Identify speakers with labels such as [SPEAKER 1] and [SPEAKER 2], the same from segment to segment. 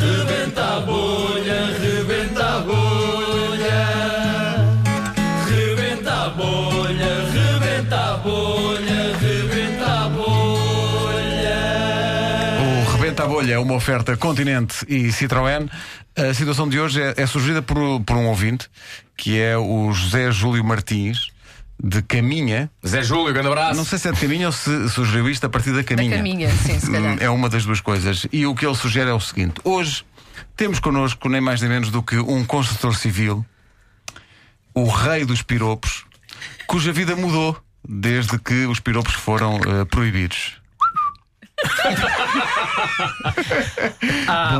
[SPEAKER 1] rebenta a bolha, rebenta a bolha. Rebenta a bolha, rebenta a bolha, rebenta a bolha.
[SPEAKER 2] O Rebenta a Bolha é uma oferta Continente e Citroën. A situação de hoje é, é sugerida por, por um ouvinte, que é o José Júlio Martins, de Caminha.
[SPEAKER 1] Zé Júlio, grande abraço.
[SPEAKER 2] Não sei se é de Caminha ou se sugeriu isto a partir da Caminha.
[SPEAKER 3] Caminha, sim, se calhar.
[SPEAKER 2] Hum, É uma das duas coisas. E o que ele sugere é o seguinte: hoje temos connosco nem mais nem menos do que um construtor civil, o rei dos piropos, cuja vida mudou desde que os piropos foram eh, proibidos.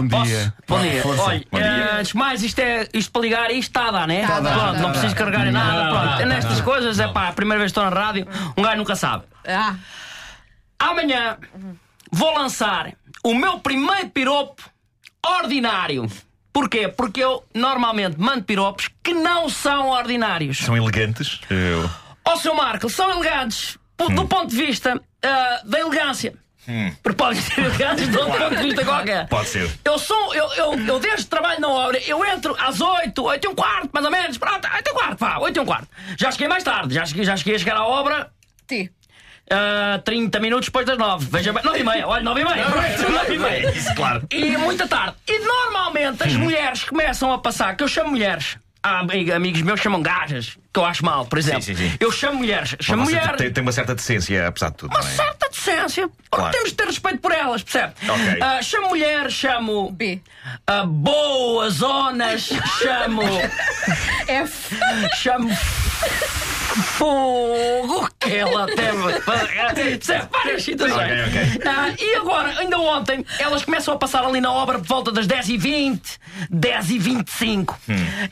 [SPEAKER 2] Bom
[SPEAKER 4] Posso?
[SPEAKER 2] dia.
[SPEAKER 4] Bom dia.
[SPEAKER 2] Força.
[SPEAKER 4] Olha,
[SPEAKER 2] Bom dia.
[SPEAKER 4] eh, antes de mais, isto, é, isto para ligar, isto está a dar, né?
[SPEAKER 3] Está a dar,
[SPEAKER 4] pronto,
[SPEAKER 3] está a
[SPEAKER 4] não
[SPEAKER 3] dar.
[SPEAKER 4] preciso carregar em nada.
[SPEAKER 1] Não,
[SPEAKER 4] pronto.
[SPEAKER 1] não,
[SPEAKER 4] Nestas coisas, é pá, a primeira vez que estou na rádio, um gajo nunca sabe.
[SPEAKER 3] Ah,
[SPEAKER 4] Amanhã vou lançar o meu primeiro piropo ordinário. Porquê? Porque eu normalmente mando piropos que não são ordinários.
[SPEAKER 5] São elegantes. eh, Eu-
[SPEAKER 4] Ó, seu Marco, são elegantes po- do ponto de vista ah, da elegância. Porque podem ser elegantes de outro ponto de vista qualquer.
[SPEAKER 5] Pode ser.
[SPEAKER 4] Eu sou, eu, eu, eu desde que trabalho na obra, eu entro às 8, 8 e um quarto, mais ou menos. Pronto, 8 e um quarto, vá, 8 e um quarto. Já cheguei mais tarde, já cheguei, já cheguei a chegar à obra
[SPEAKER 3] ti.
[SPEAKER 4] ah, 30 minutos depois das 9. Veja bem, 9 e meia, olha, 9 e meia. pronto, 9 e meia.
[SPEAKER 5] É, isso, claro. Hum.
[SPEAKER 4] E muita tarde. E normalmente as mulheres começam a passar, que eu chamo mulheres. Há ami- amigos meus que chamam gajas, que eu acho mal, por exemplo.
[SPEAKER 5] Sim, sim, sim.
[SPEAKER 4] Eu chamo mulheres,
[SPEAKER 5] Mas
[SPEAKER 4] chamo
[SPEAKER 5] você
[SPEAKER 4] mulheres.
[SPEAKER 5] Tem, tem uma certa decência, apesar de tudo,
[SPEAKER 4] Uma
[SPEAKER 5] não é?
[SPEAKER 4] certa decência. Ora,
[SPEAKER 5] Claro.
[SPEAKER 4] Temos de ter respeito por elas, percebe?
[SPEAKER 5] Ok.
[SPEAKER 4] Ah, chamo mulheres, chamo.
[SPEAKER 3] B.
[SPEAKER 4] ah, boas zonas, chamo.
[SPEAKER 3] F.
[SPEAKER 4] chamo. Fogo que ela teve. Percebe? Várias situações.
[SPEAKER 5] Ok, ok.
[SPEAKER 4] Ah, e agora, ainda ontem, elas começam a passar ali na obra por volta das 10h20, 10h25.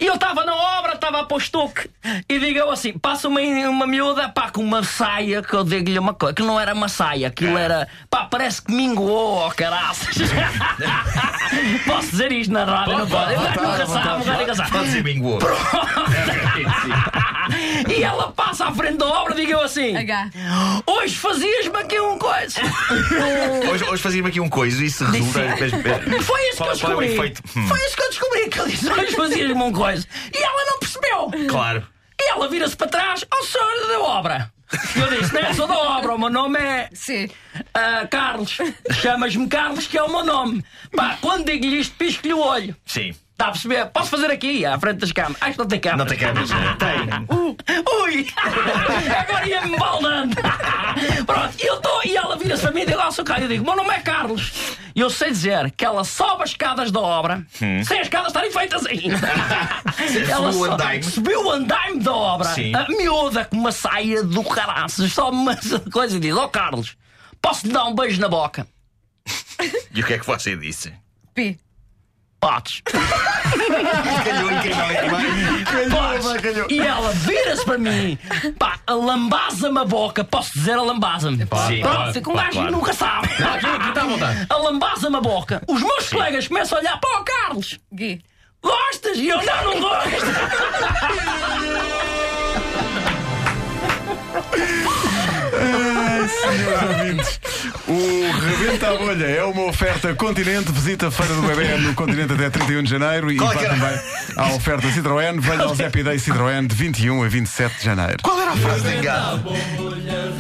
[SPEAKER 4] E eu estava na obra, estava a pôr estuque, e digo eu assim: passa uma, uma miúda, pá, com uma saia, que eu digo-lhe uma coisa, que não era uma saia, aquilo era, pá, parece que minguou, oh, caraças. Posso dizer isto na rádio? Não pode. Eu nunca sabe, nunca sabe.
[SPEAKER 5] Pode ser bingo.
[SPEAKER 4] E ela passa à frente da obra, digo eu assim:
[SPEAKER 3] H.
[SPEAKER 4] hoje fazias-me aqui um coisa.
[SPEAKER 5] Hoje, hoje fazíamos aqui um coisa e isso resulta.
[SPEAKER 4] Foi isso que eu
[SPEAKER 5] Qual- qual é o
[SPEAKER 4] descobri.
[SPEAKER 5] efeito? Hum.
[SPEAKER 4] Foi isso que eu descobri. Que ele disse: Olha, fazias-me uma coisa. E ela não percebeu.
[SPEAKER 5] Claro.
[SPEAKER 4] E ela vira-se para trás ao senhor da obra. Eu disse: Não é só da obra, o meu nome é.
[SPEAKER 3] C.
[SPEAKER 4] ah, Carlos. Chamas-me Carlos, que é o meu nome. Pá, quando digo-lhe isto, pisco-lhe o olho.
[SPEAKER 5] Sim.
[SPEAKER 4] Está a perceber? Posso fazer aqui, à frente das câmaras. Acho que não tem câmara.
[SPEAKER 5] Não tem câmeras. né? Tem.
[SPEAKER 4] Ui! Agora ia-me baldando! Pronto, e eu estou. E ela vira-se para mim e diz: Ó, seu cara, eu digo: Meu nome é Carlos. E eu sei dizer que ela sobe as escadas da obra, sem as escadas estarem feitas ainda. ela
[SPEAKER 5] Hum. Subiu o
[SPEAKER 4] so-
[SPEAKER 5] andaime.
[SPEAKER 4] Subiu o andaime da obra,
[SPEAKER 5] Sim.
[SPEAKER 4] a miúda com uma saia do caraças, só uma coisa e diz: Ó, Carlos, posso lhe dar um beijo na boca?
[SPEAKER 5] E o que é que você disse?
[SPEAKER 3] P.
[SPEAKER 4] Podes.
[SPEAKER 5] Calhou e calhou e bem.
[SPEAKER 4] Podes. E ela vira-se para mim, pá, alambaza-me a boca, posso dizer alambaza-me.
[SPEAKER 5] Sim,
[SPEAKER 4] Pronto,
[SPEAKER 5] claro,
[SPEAKER 4] fica um
[SPEAKER 5] claro,
[SPEAKER 4] gajo
[SPEAKER 5] claro.
[SPEAKER 4] nunca sabe. Alambaza-me a boca. Os meus colegas começam a olhar para o Carlos.
[SPEAKER 3] G.
[SPEAKER 4] Gostas? E eu não, não gosto.
[SPEAKER 2] Senhores ouvintes, o Rebenta a Bolha é uma oferta Continente. Visita a Feira do Bebé no Continente até 31 de janeiro e
[SPEAKER 5] Qual
[SPEAKER 2] vai
[SPEAKER 5] é que era?
[SPEAKER 2] também à oferta Citroën. Venha aos Happy Day Citroën de 21 a 27 de janeiro.
[SPEAKER 5] Qual era a frase de engate?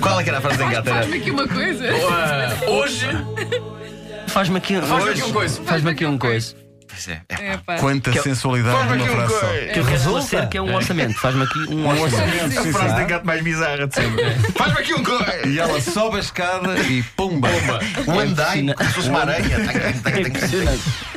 [SPEAKER 5] Qual é que era a frase de engate? Era-
[SPEAKER 3] Faz-me aqui uma coisa.
[SPEAKER 1] Hoje,
[SPEAKER 4] Faz-me aqui um
[SPEAKER 1] faz aqui um coisa.
[SPEAKER 4] Faz-me aqui um coisa.
[SPEAKER 5] Pois é, é.
[SPEAKER 3] É, pá.
[SPEAKER 2] Quanta sensualidade
[SPEAKER 5] um
[SPEAKER 2] numa frase só.
[SPEAKER 4] Que eu quero esclarecer que é um orçamento. Faz-me aqui um
[SPEAKER 2] Um
[SPEAKER 4] orçamento.
[SPEAKER 2] orçamento, sim,
[SPEAKER 5] A frase de
[SPEAKER 2] sim.
[SPEAKER 5] engate mais bizarra de sempre. Faz-me aqui um coisa.
[SPEAKER 2] E ela sobe a escada e pumba.
[SPEAKER 5] Um andaime,
[SPEAKER 4] impressionante.
[SPEAKER 5] como se fosse uma aranha. Tem, né? tem, tem, tem.
[SPEAKER 4] Impressionante.